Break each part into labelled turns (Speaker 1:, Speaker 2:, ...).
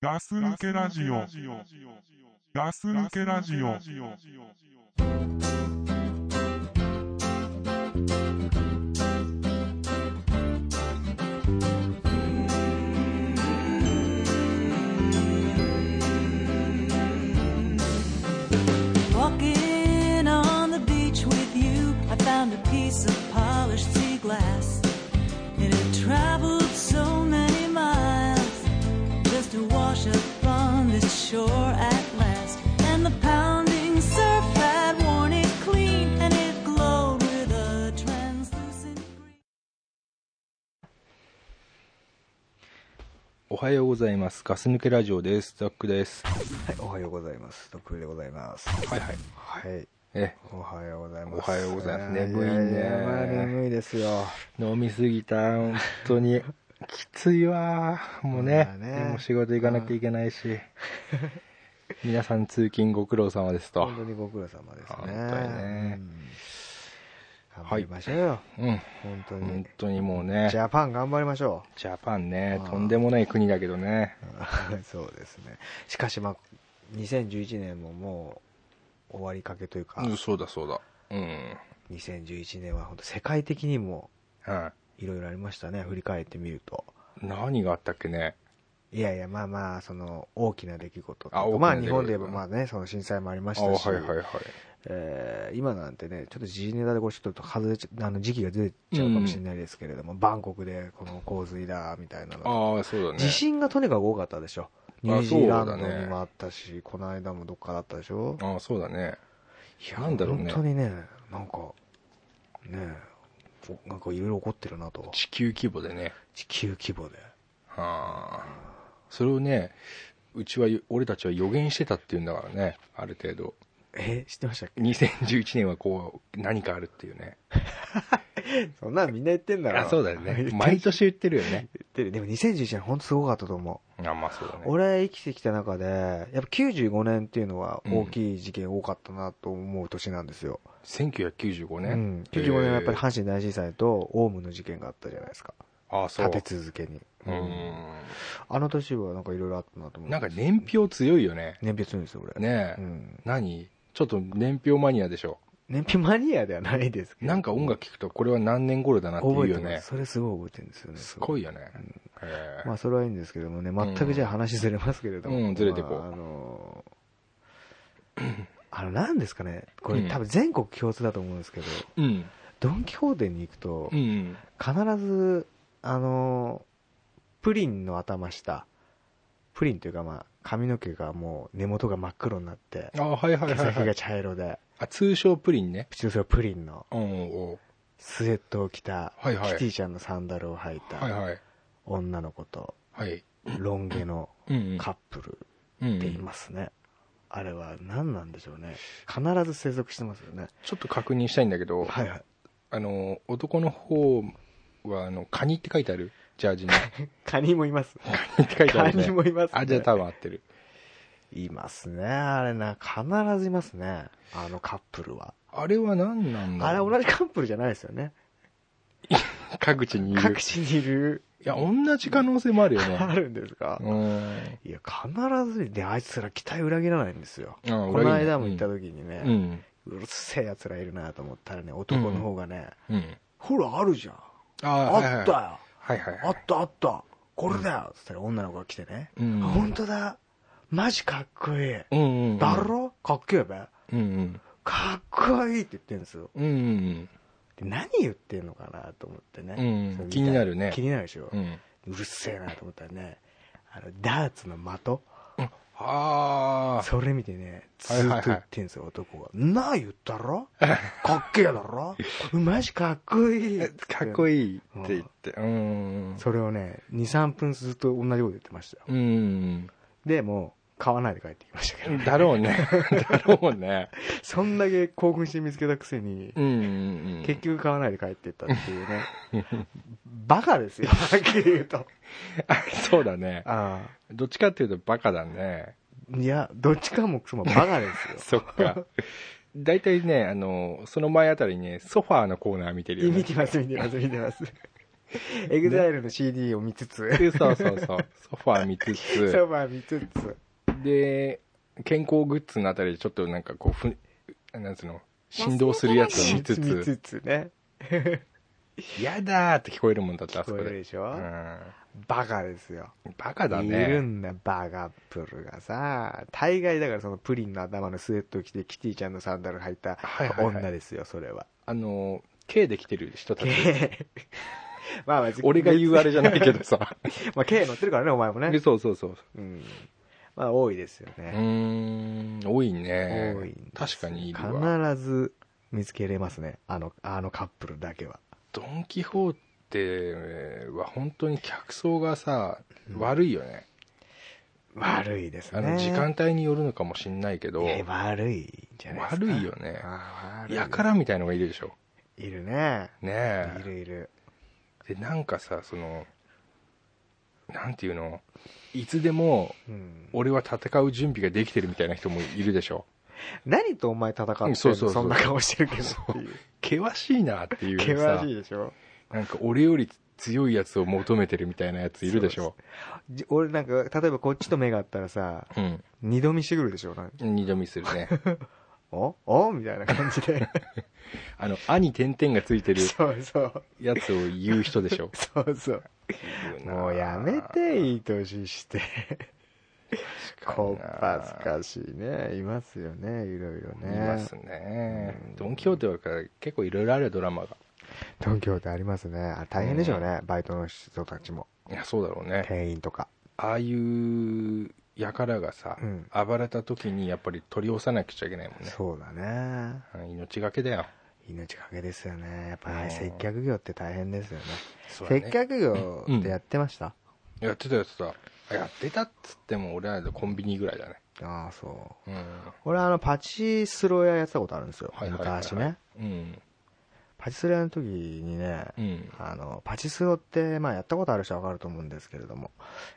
Speaker 1: ガス抜けラジオ。ガス抜けラジオ。
Speaker 2: Walking on the beach with you, I found a piece of polished sea glass. It had traveled so many miles just to wash up on this shore at last. And the pounding surf had worn it clean, and it glowed with a translucent green.
Speaker 3: おはようございます。ガス抜けラジオです。ザックです。
Speaker 4: はい、おはようございます。ドックリでございます。
Speaker 3: はいはい。
Speaker 4: はい、
Speaker 3: え、
Speaker 4: おはようございます。
Speaker 3: おはようございます
Speaker 4: や
Speaker 3: 眠いね
Speaker 4: やばい眠いですよ。
Speaker 3: 飲みすぎた。本当に。きついわ。もう
Speaker 4: そう
Speaker 3: ね。
Speaker 4: だね
Speaker 3: もう仕事行かなきゃいけないし。皆さん通勤ご苦労様ですと
Speaker 4: 本。当にご苦労様ですね。
Speaker 3: 本当にね
Speaker 4: うん。頑張りましょうよ。
Speaker 3: うん。
Speaker 4: 本当に
Speaker 3: 本。当にもうね
Speaker 4: ジ。ャパン頑張りましょ
Speaker 3: ジャパンね
Speaker 4: あ。ー
Speaker 3: とんでもない国だけどね。
Speaker 4: う。そうですね。しかしまあ、2011年ももう終わりかけというか、
Speaker 3: そうだそうだ。うん。
Speaker 4: 2011年は本当世界的にも
Speaker 3: はい
Speaker 4: ろいろありましたね。振り返ってみると。
Speaker 3: い。何があったっけね。
Speaker 4: いやいや、まあまあ、その、大きな出来事とか
Speaker 3: あ大きな
Speaker 4: まあ
Speaker 3: 出来
Speaker 4: 日
Speaker 3: 事
Speaker 4: 本で言えば、まあね、その震災もありま
Speaker 3: あ、
Speaker 4: したし、
Speaker 3: はいはいはい。
Speaker 4: えー今なんてね、ちょっと時事ネタでこれちょっと外れちゃあの時期がずれちゃうかもしれないですけれども、バンコクでこの洪水だ、みたいなの。
Speaker 3: ああ、そうだね。
Speaker 4: 地震がとにかく多かったでしょ。ニュージーランドにもあったし、この間もどっかだったでしょ。
Speaker 3: ああ、そうだね。
Speaker 4: い
Speaker 3: なんだろうね
Speaker 4: 本当にね、なんか、ねこなんかいろいろ起こってるなと。
Speaker 3: 地球規模でね。
Speaker 4: 地球規模で。
Speaker 3: はあそれをねうちは俺たちは予言してたっていうんだからねある程度
Speaker 4: え、知ってましたっけ
Speaker 3: 2011年はこう何かあるっていうね
Speaker 4: そんなのみんな言ってんだろ。
Speaker 3: あそうだよね
Speaker 4: 言っ て
Speaker 3: 毎年言ってるよね
Speaker 4: ででも2011年本当すごかったと思
Speaker 3: あまあそうだ
Speaker 4: う、
Speaker 3: ね
Speaker 4: 俺生きてきた中でやっぱ95年っていうのは大きい事件多かったなと思う年なんですよ、
Speaker 3: 1995
Speaker 4: う
Speaker 3: 年、
Speaker 4: ん95年はやっぱり
Speaker 3: え
Speaker 4: 阪神大震災とオウムの事件があったじゃないですか
Speaker 3: ーあそう
Speaker 4: 立て続けに、
Speaker 3: う
Speaker 4: あの年はなんかいろいろあったなと思
Speaker 3: ん
Speaker 4: う
Speaker 3: なんか年表強いよね
Speaker 4: 年表するんですよ俺、
Speaker 3: ねえ、
Speaker 4: うん、
Speaker 3: 何ちょっと年表マニアでしょ
Speaker 4: 年表マニアではないですけど
Speaker 3: なんか音楽聴くとこれは何年頃だなっていう
Speaker 4: 覚え
Speaker 3: よ
Speaker 4: てま
Speaker 3: ね
Speaker 4: すそれすごい覚えてるんですよね
Speaker 3: すごいよね、えー
Speaker 4: まあそれはいいんですけどもね、全くじゃあ話ずれますけれども、
Speaker 3: うんずれてこう
Speaker 4: まああのー あの、なんですかね、これ
Speaker 3: うん
Speaker 4: 多分全国共通だと思うんですけど、
Speaker 3: うん
Speaker 4: ドン・キホーテに行くと
Speaker 3: う、ん
Speaker 4: 必ず、あのープリンの頭下、プリンというかまあ、髪の毛がもう根元が真っ黒になって、
Speaker 3: あはいはい
Speaker 4: 毛
Speaker 3: はい、
Speaker 4: 先
Speaker 3: は
Speaker 4: が
Speaker 3: い、
Speaker 4: 茶色で、
Speaker 3: あ通称プリンね
Speaker 4: プチそれはプリンの
Speaker 3: うんうん
Speaker 4: スウェットを着た、
Speaker 3: はいはい
Speaker 4: キティちゃんのサンダルを履い
Speaker 3: はい
Speaker 4: た
Speaker 3: はい
Speaker 4: 女の子と、
Speaker 3: はい。
Speaker 4: ロン毛の
Speaker 3: うんうん
Speaker 4: カップル。
Speaker 3: うん
Speaker 4: っていますね、あれは何なんでしょうね必ず生息してますよね
Speaker 3: ちょっと確認したいんだけど、
Speaker 4: はいはい
Speaker 3: あの、男の方は、あの、カニって書いてあるジャージに。カ
Speaker 4: カニもいます
Speaker 3: ニって書いてあ
Speaker 4: カ
Speaker 3: る、ね。
Speaker 4: ニもいます、ね、
Speaker 3: あ、じゃあ多分合ってる。
Speaker 4: いますねあれな必ずいますねあのカップルは
Speaker 3: あれは何なんだ
Speaker 4: あれ
Speaker 3: ろう
Speaker 4: 同じカップルじゃないですよね
Speaker 3: 各地にいる。
Speaker 4: 各
Speaker 3: い
Speaker 4: 地にいる
Speaker 3: や、同じ可能性もあるよ
Speaker 4: あ
Speaker 3: ね。
Speaker 4: るんですか、
Speaker 3: うん。
Speaker 4: いや必ずであいつら期待裏切らないんですよ
Speaker 3: あ裏切
Speaker 4: こ
Speaker 3: ん
Speaker 4: の
Speaker 3: ない
Speaker 4: 間も行った時にね、
Speaker 3: う。
Speaker 4: うんるせえやつらいるなと思ったらね男の方がね、
Speaker 3: うん。
Speaker 4: ほらあるじゃん
Speaker 3: あ
Speaker 4: あ
Speaker 3: はいはい
Speaker 4: ったよ
Speaker 3: はいはい
Speaker 4: あ
Speaker 3: は
Speaker 4: っ
Speaker 3: い。
Speaker 4: たあったこれだよつったら女の子が来てね、
Speaker 3: うん
Speaker 4: あ本当だマジかっこいい、
Speaker 3: うんうんうん。
Speaker 4: だろかっけえべ
Speaker 3: うんうん。
Speaker 4: かっこいいって言ってるんですよ
Speaker 3: うんうん
Speaker 4: で何言ってんのかなと思ってね、
Speaker 3: うん
Speaker 4: それ見た
Speaker 3: 気になるね
Speaker 4: 気になるでしょ、
Speaker 3: う。
Speaker 4: うんるせえなと思ったらねあのダーツの的
Speaker 3: ああ。
Speaker 4: それ見てねず
Speaker 3: はいはいはい
Speaker 4: っと言ってんですよ、男がなあ言っ たろかっけえだろマジかっこいい
Speaker 3: かっこ
Speaker 4: いい
Speaker 3: いいって言って。うん。
Speaker 4: それをね23分ずっと同じこと言ってましたよ
Speaker 3: うん。
Speaker 4: でもう買わないで帰ってきましたけどね
Speaker 3: だろうね。 だろうね。
Speaker 4: そんだけ興奮して見つけたくせに、
Speaker 3: うんうんうん。
Speaker 4: 結局買わないで帰ってったっていうね。 バカですよ、はっきり言うと。
Speaker 3: あ そうだね。
Speaker 4: あ
Speaker 3: どっちかっていうとバカだね。
Speaker 4: あいや、どっちかもそのバカで す
Speaker 3: そっか。大体ね、あの、その前あたりにね、ソファーのコーナー見てる
Speaker 4: よ。
Speaker 3: よね
Speaker 4: 見。てます、見てます、見てます。エグザイルの CD を見つつ、
Speaker 3: で、そうそうそう。ソファー見つつ。
Speaker 4: ソファー見つつ、
Speaker 3: で健康グッズのあたりでちょっとなんかこうふなんつうの振動するやつを見つ
Speaker 4: 見
Speaker 3: つ
Speaker 4: つつね。
Speaker 3: 「やだ!」って聞こえるもんだってあ
Speaker 4: 聞
Speaker 3: そ
Speaker 4: こ
Speaker 3: こ
Speaker 4: えるで
Speaker 3: で
Speaker 4: しょ、
Speaker 3: うん
Speaker 4: バカですよ。
Speaker 3: バカだ
Speaker 4: いる
Speaker 3: ね
Speaker 4: んだ、バカップルがさ。大概だからそのプリンの頭のスウェットを着て、キティちゃんのサンダル履いた
Speaker 3: はいはいはい
Speaker 4: 女ですよ、そ れは。
Speaker 3: あの K で来てる人たち
Speaker 4: まあまあ、
Speaker 3: 俺が言うあれじゃないけど
Speaker 4: 別
Speaker 3: さ
Speaker 4: に。まあ、K 乗ってるからね、お前もね。
Speaker 3: そうそうそう
Speaker 4: うん。まあ、多いですよ
Speaker 3: う
Speaker 4: ね。
Speaker 3: ーん多いね
Speaker 4: 多いんです
Speaker 3: 確かにいるわ
Speaker 4: 必ず見つけれますね。あの、あのカップルだけは。
Speaker 3: ドン・キホーテは本当に客層がさ
Speaker 4: うん
Speaker 3: 悪いよね
Speaker 4: 悪いですね。
Speaker 3: あの時間帯によるのかもしんないけど
Speaker 4: いや悪いんじゃないですか。
Speaker 3: 悪いよね
Speaker 4: あー悪い
Speaker 3: やからみたいのがいるでしょ
Speaker 4: いるね。
Speaker 3: ねえ
Speaker 4: いるいる。
Speaker 3: でなんかさそのなんていうのいつでも
Speaker 4: うん、
Speaker 3: 俺は戦う準備ができてるみたいな人もいるでしょ
Speaker 4: 何とお前戦ってん
Speaker 3: う
Speaker 4: の
Speaker 3: んそうそうそう
Speaker 4: そんな顔してるけど
Speaker 3: そ
Speaker 4: っていう
Speaker 3: 険しいなっていう
Speaker 4: 険
Speaker 3: さ
Speaker 4: しいでしょ
Speaker 3: なんか俺より強いやつを求めてるみたいなやついるでしょ
Speaker 4: じ俺なんか例えばこっちと目があったらさ
Speaker 3: うん
Speaker 4: 二度見してくるでしょなん
Speaker 3: 二度見するね
Speaker 4: おおみたいな感じで
Speaker 3: あの「あ」に点々が ついてる
Speaker 4: そうそう
Speaker 3: やつを言う人でし ょ
Speaker 4: そうそうもうやめていい年してこっぱずかしいねいますよねいろいろ
Speaker 3: いま
Speaker 4: ね
Speaker 3: すね
Speaker 4: うん
Speaker 3: ドン・キホーテは結構いろいろあるよドラマが
Speaker 4: 東京ってありますねあ大変でしょうねバイトの人たちも
Speaker 3: いやそうだろうね
Speaker 4: 店員とか
Speaker 3: ああいう輩がさ、
Speaker 4: うん
Speaker 3: 暴れた時にやっぱり取り押さなくちゃいけないもんね
Speaker 4: そうだね
Speaker 3: うん命がけだよ
Speaker 4: 命かけですよねやっぱ
Speaker 3: うん
Speaker 4: り接客業って大変ですよね
Speaker 3: そうだ
Speaker 4: 接
Speaker 3: ね
Speaker 4: 客業ってやってました、
Speaker 3: やってたやってたあやってたっつっても俺らでコンビニぐらいだね
Speaker 4: ああそう
Speaker 3: うん
Speaker 4: 俺あのパチスロ屋やってたことあるんですよ、
Speaker 3: はいはいはいはい
Speaker 4: 昔ね
Speaker 3: うん
Speaker 4: パチスロ屋の時にね、
Speaker 3: うん
Speaker 4: あのパチスロって、まあ、やったことある人は分かると思うんですけれども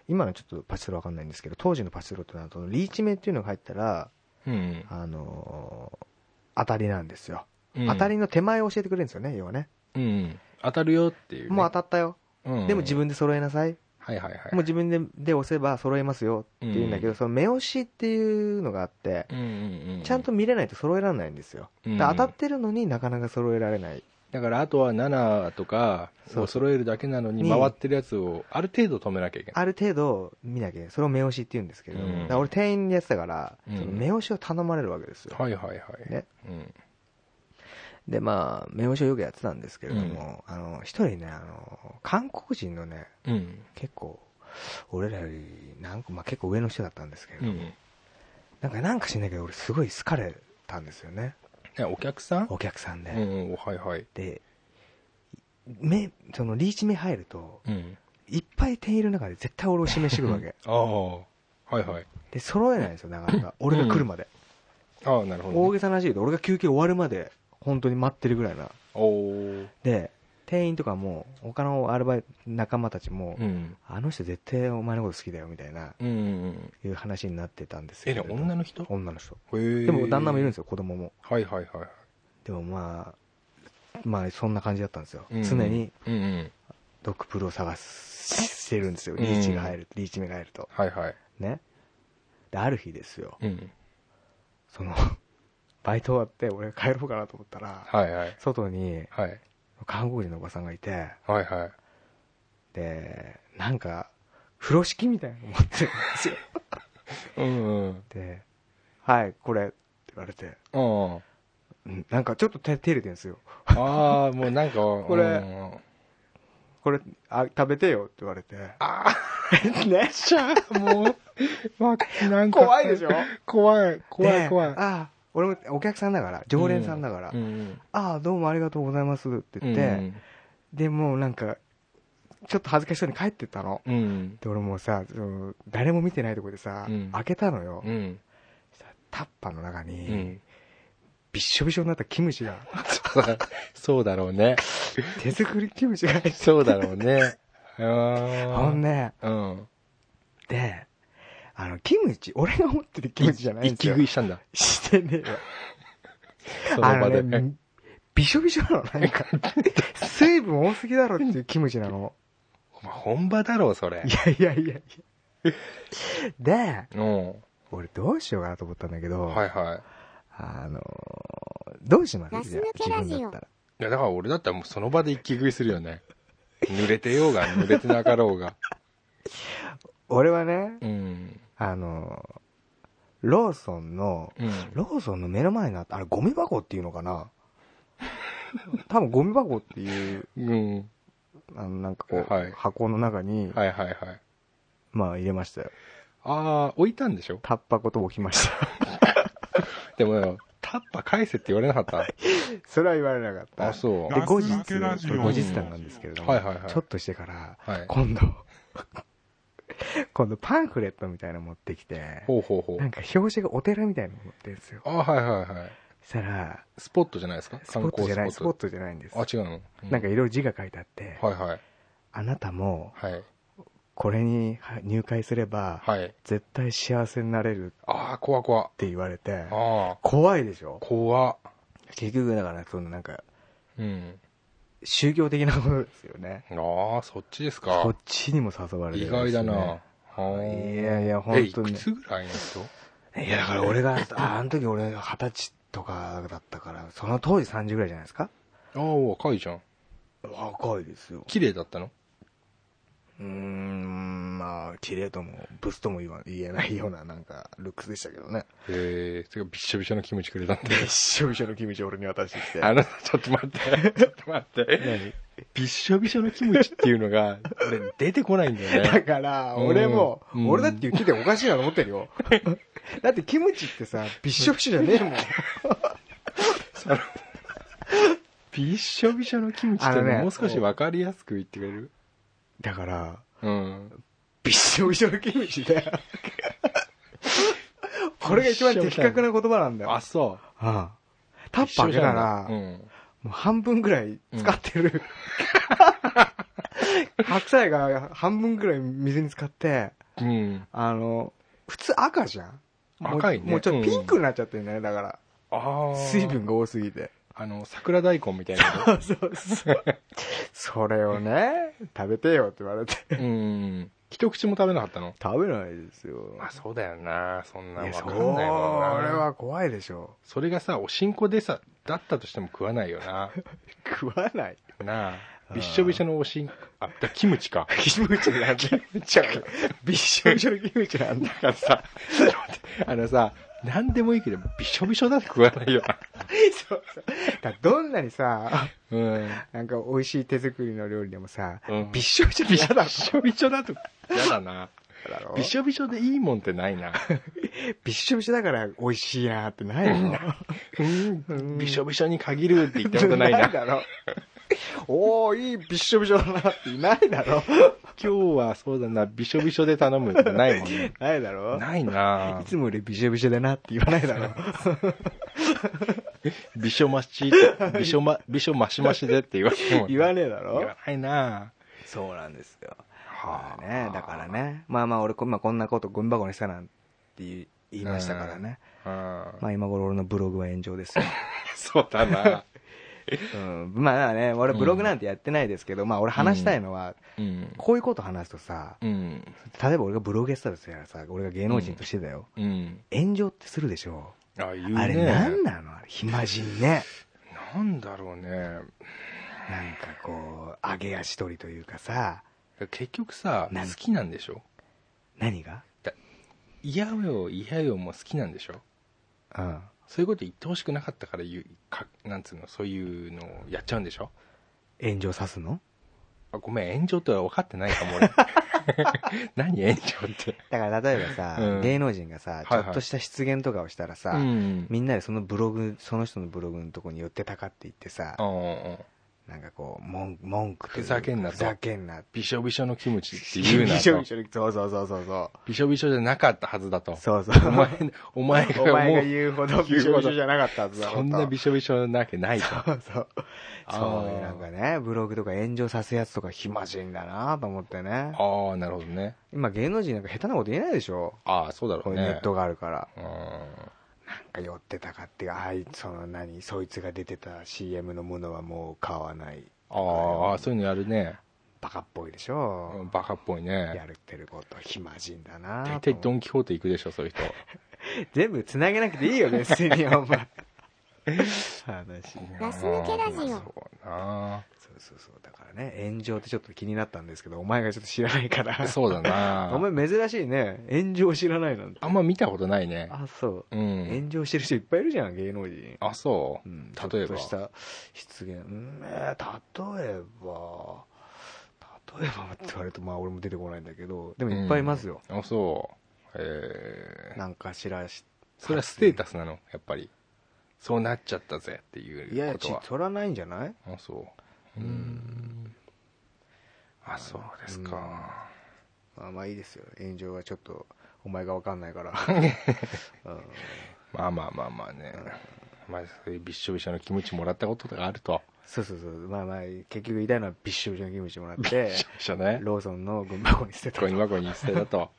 Speaker 4: 今のちょっとパチスロ分かんないんですけど当時のパチスロってのはそのリーチ名っていうのが入ったら、
Speaker 3: うん
Speaker 4: あのー当たりなんですよ、
Speaker 3: うん
Speaker 4: 当たりの手前を教えてくれるんですよね要はね
Speaker 3: うん当たるよっていうね、
Speaker 4: もう当たったよ、
Speaker 3: うん
Speaker 4: でも自分で揃えなさい
Speaker 3: はいはいはい
Speaker 4: もう自分でで押せば揃えますよっていうんだけど、その目押しっていうのがあって、
Speaker 3: うんうんうん
Speaker 4: ちゃんと見れないと揃えられないんですよ、
Speaker 3: うん
Speaker 4: だから当たってるのになかなか揃えられない
Speaker 3: だからあとは7とか
Speaker 4: そう
Speaker 3: を揃えるだけなのに
Speaker 4: に
Speaker 3: 回ってるやつをある程度止めなきゃいけない
Speaker 4: ある程度見なきゃそれを目押しって言うんですけれども、
Speaker 3: うん
Speaker 4: だから俺店員でやってたから、
Speaker 3: うん
Speaker 4: その目押しを頼まれるわけですよ、
Speaker 3: はいはいはい、
Speaker 4: ね
Speaker 3: うん、
Speaker 4: でまあ目押しをよくやってたんですけれども、あの一人ねあの韓国人のね
Speaker 3: うん
Speaker 4: 結構俺らよりなんか、まあ、結構上の人だったんですけれ
Speaker 3: う
Speaker 4: ども、
Speaker 3: んね
Speaker 4: なんかなんかしないけど俺すごい好かれたんですよね
Speaker 3: お客さん
Speaker 4: お客さんで、
Speaker 3: うんうんはいはい
Speaker 4: で目そのリーチ目入ると
Speaker 3: うん
Speaker 4: いっぱい店員いる中で絶対俺を指名してく るわけ
Speaker 3: ああはいはい
Speaker 4: で揃えないんですよなかなか俺が来るまで、
Speaker 3: ああなるほど、
Speaker 4: 大げさな話言うと俺が休憩終わるまで本当に待ってるぐらいな
Speaker 3: おお
Speaker 4: で店員とかも他のアルバイト仲間たちも、
Speaker 3: うん
Speaker 4: あの人絶対お前のこと好きだよみたいな
Speaker 3: うんうんうん
Speaker 4: いう話になってたんです
Speaker 3: え
Speaker 4: け
Speaker 3: ね
Speaker 4: ど
Speaker 3: 女の人
Speaker 4: 女の人
Speaker 3: で
Speaker 4: でも旦那もいるんですよ子供も
Speaker 3: はいはいはい
Speaker 4: でもまあまあそんな感じだったんですよ、
Speaker 3: うん
Speaker 4: 常に
Speaker 3: うんうん
Speaker 4: ドクプルを探すしてるんですよリーチが入ると、リーチ目が入ると
Speaker 3: はいはい
Speaker 4: ねである日ですよ
Speaker 3: うん
Speaker 4: その バイト終わって俺帰ろうかなと思ったら
Speaker 3: はいはい
Speaker 4: 外に
Speaker 3: はい
Speaker 4: 韓国人のおばさんがいて
Speaker 3: はいはい
Speaker 4: でなんか風呂敷みたいなの持ってるん ですよ
Speaker 3: うんうん
Speaker 4: で「はいこれ」って言われて、
Speaker 3: うん
Speaker 4: うんなんかちょっと手手入れてるんですよ
Speaker 3: ああもう なんかこ
Speaker 4: れ
Speaker 3: うん、
Speaker 4: 「これあ食べてよ」って言われて
Speaker 3: あ
Speaker 4: ね
Speaker 3: しゃあもう、まあ、なんか
Speaker 4: 怖い でしょ
Speaker 3: 怖い怖い
Speaker 4: で
Speaker 3: 怖い
Speaker 4: ああ俺もお客さんだから常連さんだから「
Speaker 3: うんうん
Speaker 4: ああどうもありがとうございます」って
Speaker 3: う
Speaker 4: 言
Speaker 3: ん
Speaker 4: って、でもうなんかちょっと恥ずかしそうに帰ってったの
Speaker 3: うんうん
Speaker 4: で俺もうさその誰も見てないとこでさ、
Speaker 3: うん
Speaker 4: 開けたのよ、
Speaker 3: うん
Speaker 4: そしたらタッパーの中に、
Speaker 3: うん
Speaker 4: びっしょびしょになったキムチが
Speaker 3: そうだろうね
Speaker 4: 手作りキムチが入って
Speaker 3: そうだろうねあ
Speaker 4: ほ
Speaker 3: ー
Speaker 4: んで
Speaker 3: うん
Speaker 4: であのキムチ俺が持ってるキムチじゃないんで
Speaker 3: 一
Speaker 4: す
Speaker 3: 気
Speaker 4: よ
Speaker 3: 食いしたんだ
Speaker 4: してねえよ
Speaker 3: その
Speaker 4: あ
Speaker 3: 場
Speaker 4: の
Speaker 3: で
Speaker 4: ねびしょびしょなの、なんか。水分多すぎだろっていうキムチ なの。
Speaker 3: お前本場だろ、それ
Speaker 4: い。やいやいやいや。で、
Speaker 3: うん。
Speaker 4: 俺どうしようかなと思ったんだけど、
Speaker 3: はいはい。
Speaker 4: あのーどうしますじゃあ
Speaker 5: ガス抜けラジ
Speaker 4: 自
Speaker 5: オ
Speaker 4: 分だったら。
Speaker 3: いや、だから俺だったらもうその場で一気食いするよね。濡れてようが、濡れてなかろうが。
Speaker 4: 俺はね、
Speaker 3: うん。
Speaker 4: あのーローソンの、
Speaker 3: うん。
Speaker 4: ローソンの目の前にあった、あれゴミ箱っていうのかな多分ゴミ箱っていう、
Speaker 3: うん。
Speaker 4: あの、なんかこう、
Speaker 3: はい
Speaker 4: 箱の中に、
Speaker 3: はいはいはい。
Speaker 4: まあ入れましたよ。
Speaker 3: あー、置いたんでしょ
Speaker 4: タッパごと置きました。
Speaker 3: でもよ、タッパ返せって言われなかった。
Speaker 4: それは言われなかった。
Speaker 3: あ、そう。
Speaker 4: で、後日、
Speaker 1: ガス抜けラジオ
Speaker 4: 後日談なんですけれども、
Speaker 3: はいはいはい
Speaker 4: ちょっとしてから、
Speaker 3: はい。
Speaker 4: 今度、 今度パンフレットみたいなの持ってきて、
Speaker 3: ほうほうほ
Speaker 4: なん
Speaker 3: う。
Speaker 4: か表紙がお寺みたいなの持ってるんですよ。
Speaker 3: あ、はいはいはい。
Speaker 4: そしたら、
Speaker 3: スポットじゃないですか
Speaker 4: スポットじゃない、スポッ
Speaker 3: 観
Speaker 4: トじゃないんです。
Speaker 3: 光スポット。あ、違うの、う
Speaker 4: なんかいろいろ字が書いてあって、
Speaker 3: はいはい。
Speaker 4: あなたも
Speaker 3: はい。
Speaker 4: これに入会すれば、
Speaker 3: はい。
Speaker 4: 絶対幸せになれるっ
Speaker 3: あー、怖怖。
Speaker 4: て言われて、
Speaker 3: あ
Speaker 4: 怖いでしょ
Speaker 3: ー、怖。
Speaker 4: 結局だから、そのなんか、
Speaker 3: うん。
Speaker 4: 宗教的なことですよね。
Speaker 3: あー、そっちですか。
Speaker 4: こっちにも誘われて
Speaker 3: 意
Speaker 4: るん
Speaker 3: 外
Speaker 4: ですよ
Speaker 3: だ
Speaker 4: ね、
Speaker 3: な。はい
Speaker 4: いやいや、本当
Speaker 3: え、い
Speaker 4: に
Speaker 3: く。つぐらいの人
Speaker 4: いや、だから俺 が、ああの時俺二十歳とかだったから、その当時30ぐらいじゃないですか
Speaker 3: ああ、若いじゃん。
Speaker 4: 若いですよ。
Speaker 3: 綺麗だったの
Speaker 4: うーん、まあ、綺麗とも、ブスとも言わ言えないような、なんか、ルックスでしたけど ね。
Speaker 3: へえ、それがびっしょびしょのキムチくれたんだ
Speaker 4: び。っしょびしょの君ち俺に渡してきて。
Speaker 3: あなた、ちょっと待って。ちょっと待 って。びっしょびしょのキムチっていうのが、俺出てこないんだよ
Speaker 4: だ
Speaker 3: ね。
Speaker 4: から、
Speaker 3: うん
Speaker 4: 俺も、
Speaker 3: うん
Speaker 4: 俺だって言ってておかしいなと思って るよ。だってキムチってさ、びっしょびしょじゃねえもん。
Speaker 3: びっしょびしょのキムチっ
Speaker 4: あ
Speaker 3: て
Speaker 4: のね
Speaker 3: もう少しわかりやすく言ってくれる
Speaker 4: だから、
Speaker 3: うん。
Speaker 4: びっしょびしょのキムチだよ。これが一番的確な言葉なんだよ。
Speaker 3: あ、そう。
Speaker 4: ああタッパー開けたら、
Speaker 3: う
Speaker 4: も
Speaker 3: ん。
Speaker 4: う半分ぐらい使ってる。白菜が半分ぐらい水に使って、
Speaker 3: うん。
Speaker 4: あの、普通赤じゃん。もう
Speaker 3: 赤いね
Speaker 4: もうちょっとピンクになっちゃってるんだね、だから。
Speaker 3: ああ。
Speaker 4: 水。分が多すぎて。
Speaker 3: あの、桜大根みたい な。
Speaker 4: そうそう。それをね、食べてよって言われて。
Speaker 3: うん。一口も食べなかったの
Speaker 4: 食べないですよ。
Speaker 3: まあそうだよな。そんなわ
Speaker 4: いや、
Speaker 3: かん
Speaker 4: そ
Speaker 3: ない
Speaker 4: う、
Speaker 3: もんな。
Speaker 4: 俺は怖いでしょ。
Speaker 3: それがさ、おしんこでさ、だったとしても食わないよ な。
Speaker 4: 食わない。
Speaker 3: な
Speaker 4: あ
Speaker 3: あ。びっしょびしょのおしんこ、あ、だ キムチか。
Speaker 4: キムチなんだ。びっしょびしょのキムチなんだ。
Speaker 3: だからさ、ちょっと待ってあのさ、なんでもいいけど、びしょびしょだって食わないよな。
Speaker 4: そうそう。だからどんなにさ、
Speaker 3: うん。
Speaker 4: なんか美味しい手作りの料理でもさ、
Speaker 3: うん
Speaker 4: びっしょびしょ嫌だろ。
Speaker 3: びしょびしょだと、やだ な。
Speaker 4: だろ
Speaker 3: びしょびしょでいいもんってないな。
Speaker 4: びっしょびしょだから美味しいなってないの
Speaker 3: うん、びしょびしょに限るって言ったことない な。
Speaker 4: だろ。おー、いいびっしょびしょだなっていないだろ。
Speaker 3: 今日はそうだな、びしょびしょで頼むってないもん ね。
Speaker 4: ないだろ。
Speaker 3: ないない
Speaker 4: つもよりびしょびしょだなって言わないだ ろ。
Speaker 3: びしょまし、びしょ ま、びしょましましでって言わないもん
Speaker 4: 言わねえだ
Speaker 3: 言
Speaker 4: ろ
Speaker 3: わ。ないな
Speaker 4: そうなんですよ。
Speaker 3: はあ
Speaker 4: ね、だからね。まあまあ俺、今こんなことゴミ箱にしたなんて言い言いましたからね。
Speaker 3: うん
Speaker 4: まあ今頃俺のブログは炎上 ですよ。
Speaker 3: そうだな。
Speaker 4: うん、まあね、俺ブログなんてやってないですけど、まあ俺話したいのは、
Speaker 3: うん。
Speaker 4: こういうこと話すとさ、
Speaker 3: うん。
Speaker 4: 例えば俺がブログやってたとしたらさ、俺が芸能人としてだよ。
Speaker 3: うん。
Speaker 4: 炎上ってするでしょ。
Speaker 3: あ、言うね。
Speaker 4: あれなんなのあれ暇人ね。
Speaker 3: なんだろうね。
Speaker 4: なんかこう、上げ足取りというかさ、
Speaker 3: 結局さ、
Speaker 4: なん
Speaker 3: 好きなんでしょ
Speaker 4: 何が
Speaker 3: 嫌よ、嫌よも好きなんでしょ
Speaker 4: うん。
Speaker 3: そういうこと言ってほしくなかったから言う、かなんつうの、そういうのをやっちゃうんでしょ
Speaker 4: 炎上さすの
Speaker 3: あごめん、炎上って分かってないかも、 俺。何炎上って。
Speaker 4: だから例えばさ、
Speaker 3: うん
Speaker 4: 芸能人がさ、ちょ
Speaker 3: はい
Speaker 4: っとした失言とかをしたらさ、
Speaker 3: ん。
Speaker 4: みんなでそのブログ、その人のブログのとこに寄ってたかって言ってさ、
Speaker 3: うんうんうん
Speaker 4: なんかこう、文文句というか
Speaker 3: ふざけんなと
Speaker 4: ふざけんな。
Speaker 3: びしょびしょのキムチって言うな
Speaker 4: びしょ
Speaker 3: と
Speaker 4: び。しょにそうそうそうそうそ
Speaker 3: びしょびしょじゃなかったはずだと
Speaker 4: う。。そうそう。
Speaker 3: お前、お前が
Speaker 4: お
Speaker 3: もう、
Speaker 4: 前が言うほどびしょびしょじゃなかったはずだろうと
Speaker 3: そんなびしょびしょなわけないと。
Speaker 4: そうそう。
Speaker 3: あー
Speaker 4: そういうなんかね、ブログとか炎上させやつとか暇人だなと思ってね。
Speaker 3: ああ、なるほどね。
Speaker 4: 今芸能人なんか下手なこと言えないでしょ
Speaker 3: ああ、そうだろ
Speaker 4: こ
Speaker 3: う
Speaker 4: ういう
Speaker 3: ね。
Speaker 4: ネットがあるから。
Speaker 3: うん。
Speaker 4: なんが寄ってたかっていうあいその何そいつが出てた CM のものはもう買わない
Speaker 3: ああそういうのやるね
Speaker 4: バカっぽいでしょ、
Speaker 3: うんバカっぽい
Speaker 4: や
Speaker 3: ね
Speaker 4: るってること暇人だ
Speaker 3: 大
Speaker 4: なと
Speaker 3: 体
Speaker 4: 思って
Speaker 3: ドン・キホーテ行くでしょそういう人
Speaker 4: 全部つなげなくていい よ別にお前話
Speaker 5: ガス抜けラジオ
Speaker 3: うんそうな
Speaker 4: そうそうそうだからね炎上ってちょっと気になったんですけどお前がちょっと知らないから
Speaker 3: そうだ な
Speaker 4: お前珍しいね炎上知らないなんて
Speaker 3: あんま見たことないね
Speaker 4: あそうう、
Speaker 3: ん
Speaker 4: 炎上してる人いっぱいいるじゃん芸能人
Speaker 3: あそううん例えば
Speaker 4: ちょっとした失言うんえー例えば例えばって言われるとまあ俺も出てこないんだけどでもいっぱいいますよ、
Speaker 3: あそうえー
Speaker 4: なんかしらし
Speaker 3: それはステータスなのやっぱりそうなっちゃったぜっていう
Speaker 4: いやいや
Speaker 3: こと
Speaker 4: ち
Speaker 3: は
Speaker 4: 取らないんじゃない
Speaker 3: あそううんあそうですか
Speaker 4: まあまあいいですよ炎上はちょっとお前が分かんな いからうん
Speaker 3: まあまあまあまあねまあそういうびっしょびしょのキムチもらったことがあると
Speaker 4: そうそうそうまあまあ結局言いたいのはびっしょびしょのキムチもらって
Speaker 3: びっしょびしょ ね
Speaker 4: ローソンの群馬に捨てた
Speaker 3: ゴミ箱に捨てた と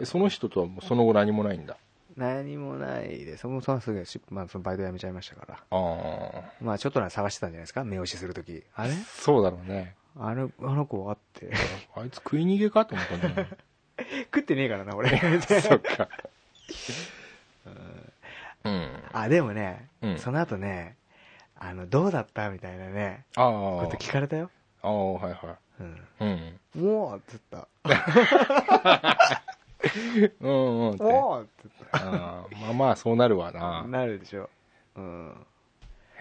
Speaker 3: えその人とはもうその後何もないんだ
Speaker 4: 何もないでそもそもすぐ、しまあ、そのバイト辞めちゃいましたから
Speaker 3: ああ
Speaker 4: まあちょっとなら探してたんじゃないですか目押しするときあれ
Speaker 3: そうだろうね
Speaker 4: あのあの子はって
Speaker 3: あいつ食い逃げかと思ったんだよ ね
Speaker 4: 食ってねえからな俺
Speaker 3: そっかうん
Speaker 4: あでもね、
Speaker 3: うん
Speaker 4: その後ねあのどうだったみたいなね
Speaker 3: あ
Speaker 4: こ
Speaker 3: あ
Speaker 4: と聞かれたよ、
Speaker 3: ああはいは
Speaker 4: うん、
Speaker 3: いうん
Speaker 4: もうっつった
Speaker 3: うんうんって
Speaker 4: もうっつっ
Speaker 3: あーまあまあそうなるわ
Speaker 4: た
Speaker 3: な
Speaker 4: なるでしょうん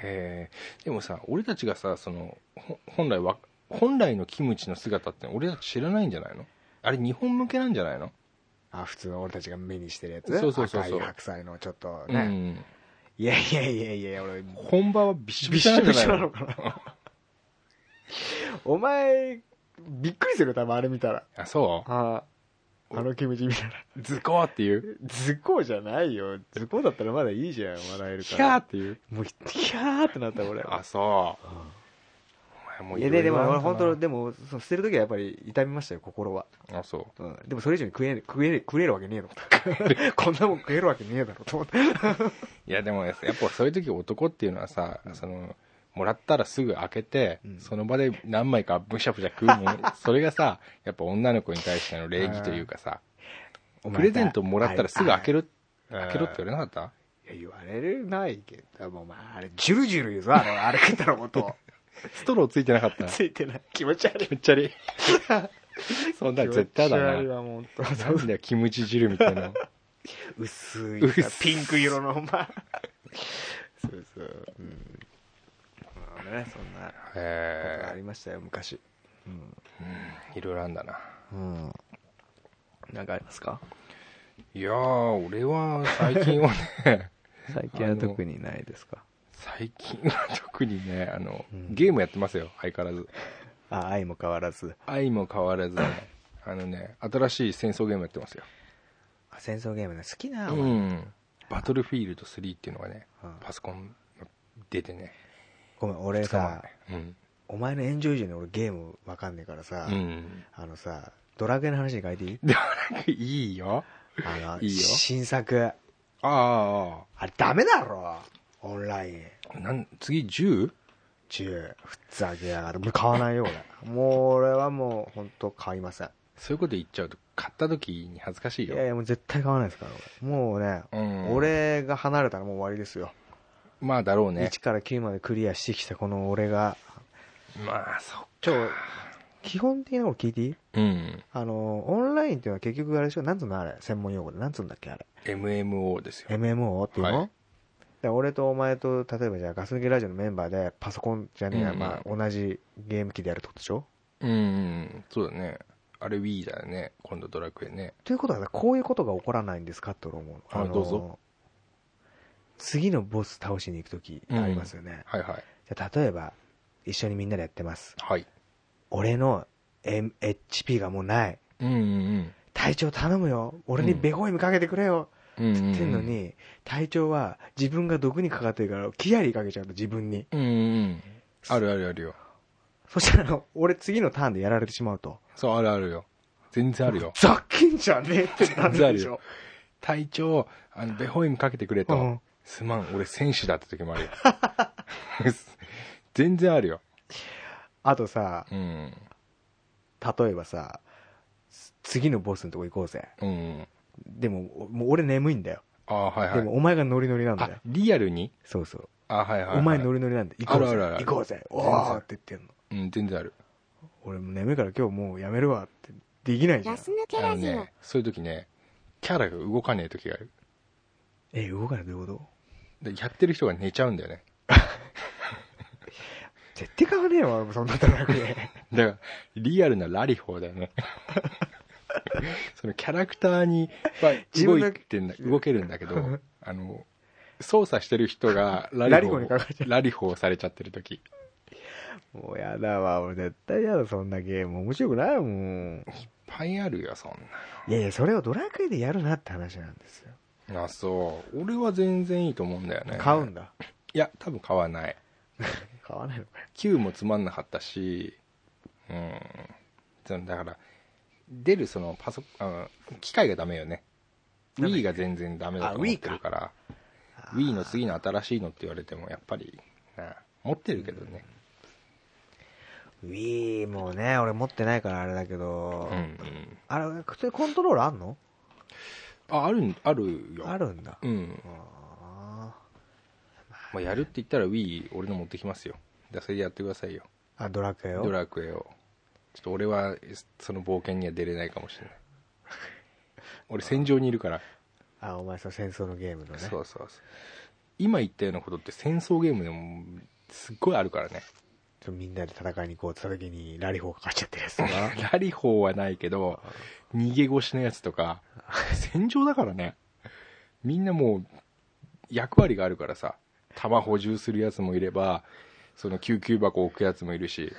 Speaker 3: へえでもさ俺たちがさそのほ本来は本来のキムチの姿って俺たち知らないんじゃないのあれ日本向けなんじゃないの、
Speaker 4: あ普通の俺たちが目にしてるやつ
Speaker 3: そうそうそうそう
Speaker 4: 赤い白菜のちょっとね、いやいやいやいや 俺
Speaker 3: うん本場はびしょ
Speaker 4: び
Speaker 3: び
Speaker 4: っ
Speaker 3: し
Speaker 4: し
Speaker 3: ょな
Speaker 4: ょ
Speaker 3: んじ
Speaker 4: び
Speaker 3: ゃない
Speaker 4: しょなの
Speaker 3: の
Speaker 4: かな お前びっくりするよ多分あれ見たら
Speaker 3: あそ
Speaker 4: ああのキムチ見た ら
Speaker 3: うズコーっていう
Speaker 4: 図工じゃないよ図工だったらまだいいじゃん笑える
Speaker 3: キ
Speaker 4: か
Speaker 3: ャー
Speaker 4: ら
Speaker 3: っていう
Speaker 4: もうキャーってなった俺
Speaker 3: あそう、お前もう
Speaker 4: い
Speaker 3: い
Speaker 4: や
Speaker 3: ろ
Speaker 4: でで
Speaker 3: ろ
Speaker 4: も
Speaker 3: あるんだ
Speaker 4: 俺
Speaker 3: な
Speaker 4: 本当でもその捨てる時はやっぱり痛みましたよ心は、
Speaker 3: あそ
Speaker 4: うん、でもそれ以上に食え食え食えるわけねえだろ こんなもん食えるわけねえだろと 思って
Speaker 3: ういやでもやっぱそういう時男っていうのはさ、そのもらったらすぐ開けて、
Speaker 4: うん
Speaker 3: その場で何枚かぶしゃぶしゃ食うも んそれがさやっぱ女の子に対しての礼儀というかさプレゼントもらったらすぐ開け
Speaker 4: る
Speaker 3: る開けろって言われなかっ
Speaker 4: いや言われるないけどもうお前あれジュルジュル言うぞあれあれ食ったら音
Speaker 3: たストローついてなか った
Speaker 4: ついてない気持ち悪い
Speaker 3: 気持ち悪いそんなん絶対だ
Speaker 4: 気持
Speaker 3: な
Speaker 4: ち悪いわもう本当
Speaker 3: なんだよキムチ汁みたい な
Speaker 4: 薄い
Speaker 3: 薄い
Speaker 4: さピンク色のお前そうそううんまあねそんなことあ
Speaker 3: へ
Speaker 4: りましたよ昔
Speaker 3: えいろいろあんだな
Speaker 4: うんなんかありますか
Speaker 3: いやー俺は最近は ね
Speaker 4: 最近は特にないですか
Speaker 3: 最近は特にねあの、
Speaker 4: うん
Speaker 3: ゲームやってますよ相変わらず
Speaker 4: あ愛も変わらず
Speaker 3: 愛も変わら ずねあのね新しい戦争ゲームやってますよ
Speaker 4: あ戦争ゲームね好きな、
Speaker 3: うんバトルフィールド3っていうのがね
Speaker 4: うん
Speaker 3: パソコン出てね
Speaker 4: ごめん俺さ
Speaker 3: うん
Speaker 4: お前の炎上以上に俺ゲームわかんねえからさ、
Speaker 3: うん
Speaker 4: あのさドラクエの話に変えていい
Speaker 3: でもなんかいいよ
Speaker 4: あの
Speaker 3: いいよ
Speaker 4: 新作
Speaker 3: ああ
Speaker 4: あれダメだろオンライン
Speaker 3: ああなん次 10?
Speaker 4: 中ふざけやがるもう買わないよ俺もう俺はもう本当買いません
Speaker 3: そういうこと言っちゃうと買った時に恥ずかしい
Speaker 4: い
Speaker 3: よ
Speaker 4: やいやもう絶対買わないですから俺もうね、
Speaker 3: うん
Speaker 4: 俺が離れたらもう終わりですよ、
Speaker 3: まあだろうね
Speaker 4: 1から9までクリアしてきたこの俺が
Speaker 3: まあそっ
Speaker 4: ちょ基本的なこと聞いていい
Speaker 3: うん
Speaker 4: あのオンラインっていうのは結局あれでしょなんつうのあれ専門用語でなんつうんだっけあれ
Speaker 3: MMO ですよ
Speaker 4: MMO っていうの、
Speaker 3: はい
Speaker 4: で俺とお前と例えばじゃあガス抜けラジオのメンバーでパソコンじゃねえや、
Speaker 3: うん
Speaker 4: まあ、同じゲーム機でやるってことでしょ
Speaker 3: うんうんそうだねあれ Wii だよね今度ドラクエね
Speaker 4: ということはさこういうことが起こらないんですかって俺思うの
Speaker 3: あどうぞ
Speaker 4: 次のボス倒しに行く時ありますよね、
Speaker 3: はいはい
Speaker 4: じゃあ例えば一緒にみんなでやってます
Speaker 3: はい
Speaker 4: 俺の、M、HP がもうない
Speaker 3: うんうん
Speaker 4: 隊長頼むよ俺にベホイムかけてくれよ、
Speaker 3: うんうんうん
Speaker 4: って言ってんのに隊長は自分が毒にかかってるからキアリかけちゃうと自分に
Speaker 3: うんうんうんあるあるあるよ
Speaker 4: そしたら俺次のターンでやられてしまうと
Speaker 3: そうあるあるよ全然あるよ
Speaker 4: ざっけんじゃねえってなる
Speaker 3: 全然あ
Speaker 4: で
Speaker 3: る
Speaker 4: し
Speaker 3: よ
Speaker 4: ょ
Speaker 3: 隊長、あの、ベホイムかけてくれと。
Speaker 4: うん
Speaker 3: すまん、俺戦士だって時もあるよ。 全然あるよ。
Speaker 4: あとさ
Speaker 3: うん。
Speaker 4: 例えばさ次のボスのとこ行こうぜ
Speaker 3: うん。
Speaker 4: でももう俺眠いんだよ、
Speaker 3: ああ、はいはい。
Speaker 4: でもお前がノリノリなんだ
Speaker 3: あ
Speaker 4: よ、
Speaker 3: リアルに
Speaker 4: そうそう、
Speaker 3: ああ、はいはい、はい。
Speaker 4: お前ノ
Speaker 3: る。
Speaker 4: リノリなんだ行こうぜ
Speaker 3: あるあるある
Speaker 4: 行こうぜお
Speaker 3: 然
Speaker 4: ーって言ってんの
Speaker 3: うん、全然ある。
Speaker 4: 俺もう眠いから今日もうやめるわってできないじゃん
Speaker 5: ガス抜け
Speaker 3: あの
Speaker 5: ラジオ
Speaker 3: ね、そういう時ね、キャラが動かねえ時がある。
Speaker 4: え動かないどういうこと
Speaker 3: でやってる人が寝ちゃうんだよね。
Speaker 4: 絶対買わねえわ俺もそんな高くね
Speaker 3: だから、リアルなラリホーだよね。そのキャラクターに、まあ
Speaker 4: 自
Speaker 3: 動
Speaker 4: 分が
Speaker 3: いてんだ、動けるんだけ ど、あの、操作してる人が
Speaker 4: ラ
Speaker 3: ラ
Speaker 4: リ
Speaker 3: リ
Speaker 4: ホ
Speaker 3: ホ
Speaker 4: ーに
Speaker 3: ー
Speaker 4: かかっちゃう
Speaker 3: ラリホーされちゃってる時。
Speaker 4: もうやだわ俺絶対やだそんなゲーム面白くないもん
Speaker 3: いっぱいあるよ、そん
Speaker 4: いやいやそれをドラクエでやるなって話なんですよ
Speaker 3: な。あ、そう。俺は全然いいと思うんだよね。
Speaker 4: 買うんだ
Speaker 3: いや、多分買わない。
Speaker 4: 買わないのかよ
Speaker 3: Q もつまんなかったし、うん。そのだから、出るそのパソコン、機械がダメよね。
Speaker 4: なんだっけ
Speaker 3: Wii が全然ダメだと思ってるから、Wii の次の新しいのって言われても、やっぱり、な持ってるけどね。
Speaker 4: Wii もね俺持ってないからあれだけど、
Speaker 3: うん、うん。
Speaker 4: あれ普通にコントロールあんの
Speaker 3: あ、あるん、あるよ。
Speaker 4: あるんだ
Speaker 3: うん。
Speaker 4: あ
Speaker 3: まあ、やるって言ったら Wii、俺の持ってきますよ。じゃあそれでやってくださいよ。
Speaker 4: ーあドラクエ
Speaker 3: ド
Speaker 4: を
Speaker 3: ラクエをちょっと俺はその冒険には出れないかも しれない俺戦場にいるから、
Speaker 4: あお前その戦争のゲームのね
Speaker 3: そうそうそう今言ったようなことって戦争ゲームでもすっごいあるからね
Speaker 4: ちょみんなで戦いに行こうって言った時にラリホーかかっちゃってるやつとか
Speaker 3: ラリ法はないけど逃げ腰のやつとか戦場だからねみんなもう役割があるからさ弾補充するやつもいればその救急箱置くやつもいるし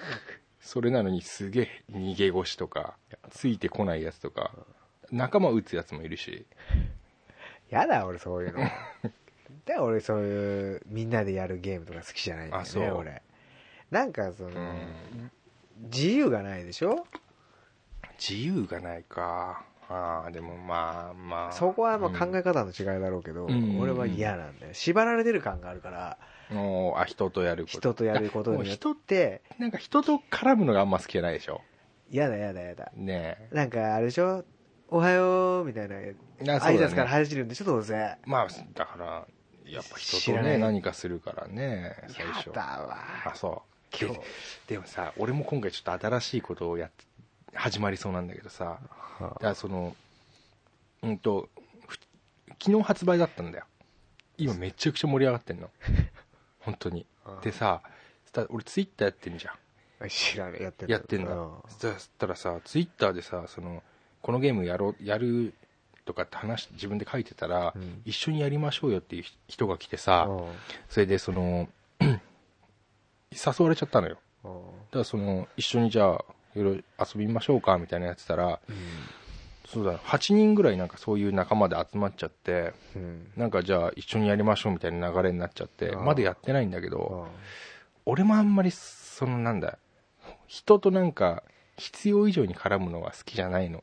Speaker 3: それなのにすげえ逃げ腰とかついてこないやつとか仲間撃つやつもいるし
Speaker 4: やだ俺そういう ので俺そういうみんなでやるゲームとか好きじゃないんだよ
Speaker 3: あそう
Speaker 4: ね俺なんかその、自由がないでしょ
Speaker 3: 自由がないかああでもまあまあ
Speaker 4: そこはまあ考え方の違いだろうけど、
Speaker 3: うん
Speaker 4: 俺は嫌なんだよ縛られてる感があるから
Speaker 3: うんもうあ人とやること
Speaker 4: 人とやること
Speaker 3: もう
Speaker 4: によっ
Speaker 3: 人
Speaker 4: て
Speaker 3: なんか人と絡むのがあんま好きじゃないでしょ
Speaker 4: 嫌だ嫌だ嫌だ
Speaker 3: ねえ
Speaker 4: なんかあれでしょおはようみたいな
Speaker 3: なそうだ
Speaker 4: 挨
Speaker 3: ね
Speaker 4: 拶から走るんでしょどうせや
Speaker 3: まあだからやっぱ
Speaker 4: 知
Speaker 3: 人
Speaker 4: ら
Speaker 3: と
Speaker 4: ない
Speaker 3: ね何かするからね最初
Speaker 4: だ
Speaker 3: あ
Speaker 4: わ
Speaker 3: そう
Speaker 4: 今日
Speaker 3: で でもさ俺も今回ちょっと新しいことをやっ始まりそうなんだけどさだからそのうんとふ昨日発売だったんだよ今めちゃくちゃ盛り上がって んの本当にでささ俺ツイッターやってんじゃん
Speaker 4: 知らないやって
Speaker 3: やってんだ
Speaker 4: う
Speaker 3: そしたらさツイッターでさそのこのゲームやろうやるとかって話自分で書いてたら、
Speaker 4: うん
Speaker 3: 一緒にやりましょうよっていう人が来てさ、
Speaker 4: うん
Speaker 3: それでその誘われちゃったのよだからその一緒にじゃあいろいろ遊びましょうかみたいなやってたら、そうだ8人ぐらいなんかそういう仲間で集まっちゃって
Speaker 4: うんうん
Speaker 3: なんかじゃあ一緒にやりましょうみたいな流れになっちゃって
Speaker 4: あー
Speaker 3: まだやってないんだけど、
Speaker 4: うん
Speaker 3: 俺もあんまりそのなんだ人となんか必要以上に絡むのは好きじゃないの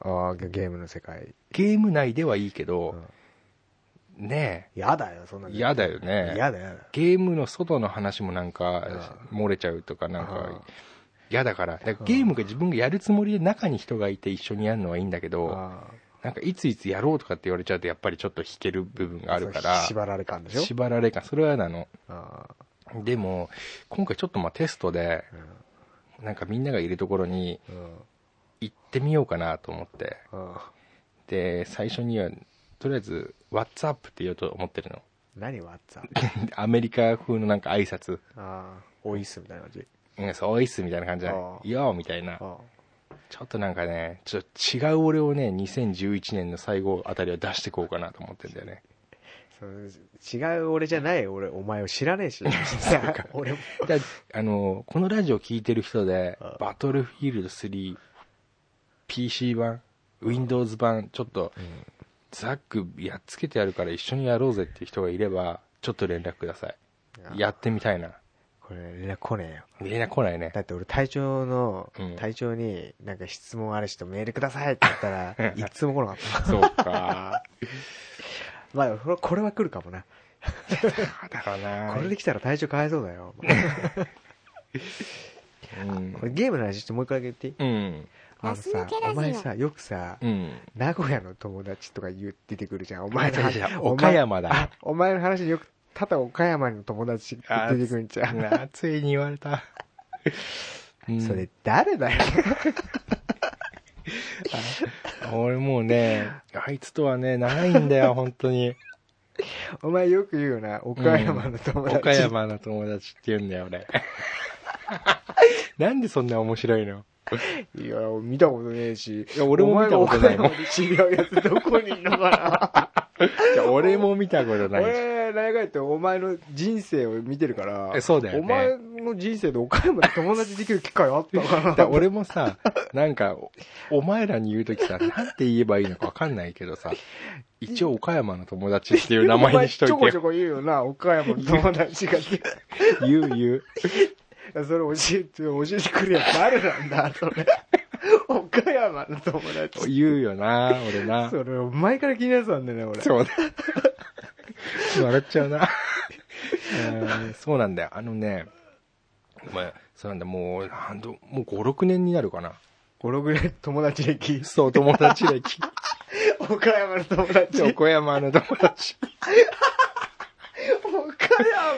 Speaker 4: ああゲゲームの世界
Speaker 3: ゲーム内ではいいけど、ね
Speaker 4: 嫌だよそんな
Speaker 3: え
Speaker 4: の
Speaker 3: 嫌だよね
Speaker 4: 嫌だ嫌だ
Speaker 3: ゲームの外の話もなんか漏れちゃうとかなん
Speaker 4: あ
Speaker 3: か嫌だからだからゲームが自分がやるつもりで中に人がいて一緒にやるのはいいんだけど
Speaker 4: あ
Speaker 3: なんかいついつやろうとかって言われちゃうとやっぱりちょっと引ける部分があるか
Speaker 4: そう
Speaker 3: ら
Speaker 4: 縛られ感でしょ
Speaker 3: 縛られ感それはなの
Speaker 4: ああ
Speaker 3: でも今回ちょっとまあテストでなんかみんながいるところに
Speaker 4: うん
Speaker 3: 行ってみようかなと思って
Speaker 4: うん
Speaker 3: で最初にはとりあえず「WhatsApp」って言おうと思ってるの
Speaker 4: 何ワッツァ
Speaker 3: アメリカ風のなんか挨拶
Speaker 4: ああおいっすみたいな感じ
Speaker 3: うんそういっすみたいな感じじゃ
Speaker 4: あ
Speaker 3: な
Speaker 4: あ
Speaker 3: いよーみたいな
Speaker 4: あ
Speaker 3: ちょっとなんかねちょっと違う俺をね2011年の最後あたりは出してこうかなと思ってんだよね
Speaker 4: あその違う俺じゃない俺お前を知らねえし 俺も
Speaker 3: だあのこのラジオ聞いてる人で
Speaker 4: ああ
Speaker 3: 「バトルフィールド 3PC 版 Windows 版ちょっとザックやっつけてやるから一緒にやろうぜ」っていう人がいればちょっと連絡くださいやってみたいな
Speaker 4: ここれ連絡来ねえよ
Speaker 3: 連絡来ないね。
Speaker 4: だって俺隊長の、
Speaker 3: うん
Speaker 4: 隊長になんか質問ある人メールくださいって言っ たらいつも来なかった
Speaker 3: そう か。
Speaker 4: まあこれこれは来るかもな
Speaker 3: だからな。
Speaker 4: これで来たら隊長かわいそうだよ
Speaker 3: うん
Speaker 4: これゲームの話ちょっともう一回だけ言っていい
Speaker 3: うん。
Speaker 4: あのさお前さよくさ、
Speaker 3: うん。
Speaker 4: 名古屋の友達とか言って出てくるじゃんお前の
Speaker 3: 違う
Speaker 4: 話
Speaker 3: 違う違う
Speaker 4: お前
Speaker 3: 岡山だ
Speaker 4: あお前の話によくただ岡山の友達って出てくるんじゃん
Speaker 3: なついに言われた。うん
Speaker 4: それ誰だよ
Speaker 3: 俺もうね、あいつとはね、長いんだ よ、本当に。
Speaker 4: お前よく言うよな岡山の友達、
Speaker 3: 岡山の友達って言うんだよ、 俺。なんでそんな面白いの
Speaker 4: いや見たことねえし
Speaker 3: いや俺も見たことないもん
Speaker 4: お前が岡山で知り合うやつどこにいんのか
Speaker 3: いや俺も見たこと な
Speaker 4: な
Speaker 3: いし。
Speaker 4: 俺長いってお前の人生を見てるから
Speaker 3: えそうだよね
Speaker 4: お前の人生で岡山で友達できる機会あったのかな
Speaker 3: だから俺もさ、なんか、おお前らに言うときさ、なんて言えばいいのかわかんないけどさ、一応岡山の友達っていう名前にし とい
Speaker 4: お前ちょこ
Speaker 3: て
Speaker 4: ちょ
Speaker 3: よ。
Speaker 4: こ言うよな岡山の友達がって
Speaker 3: 言う言う。
Speaker 4: いやそれ教えて、教えてくるやつ誰なんだ、そ れ。岡山の友達。
Speaker 3: 言うよな、俺な。
Speaker 4: それ、前から気になってたんだよね、俺。
Speaker 3: そうだ。笑っちゃうな。うんそうなんだよ。あのね、まあ、そうなんだ、もう、なんと、もう5、6年になるかな。
Speaker 4: 5、6年友達歴。
Speaker 3: そう、友達歴。
Speaker 4: 岡山の友 達。岡
Speaker 3: 横山の友達。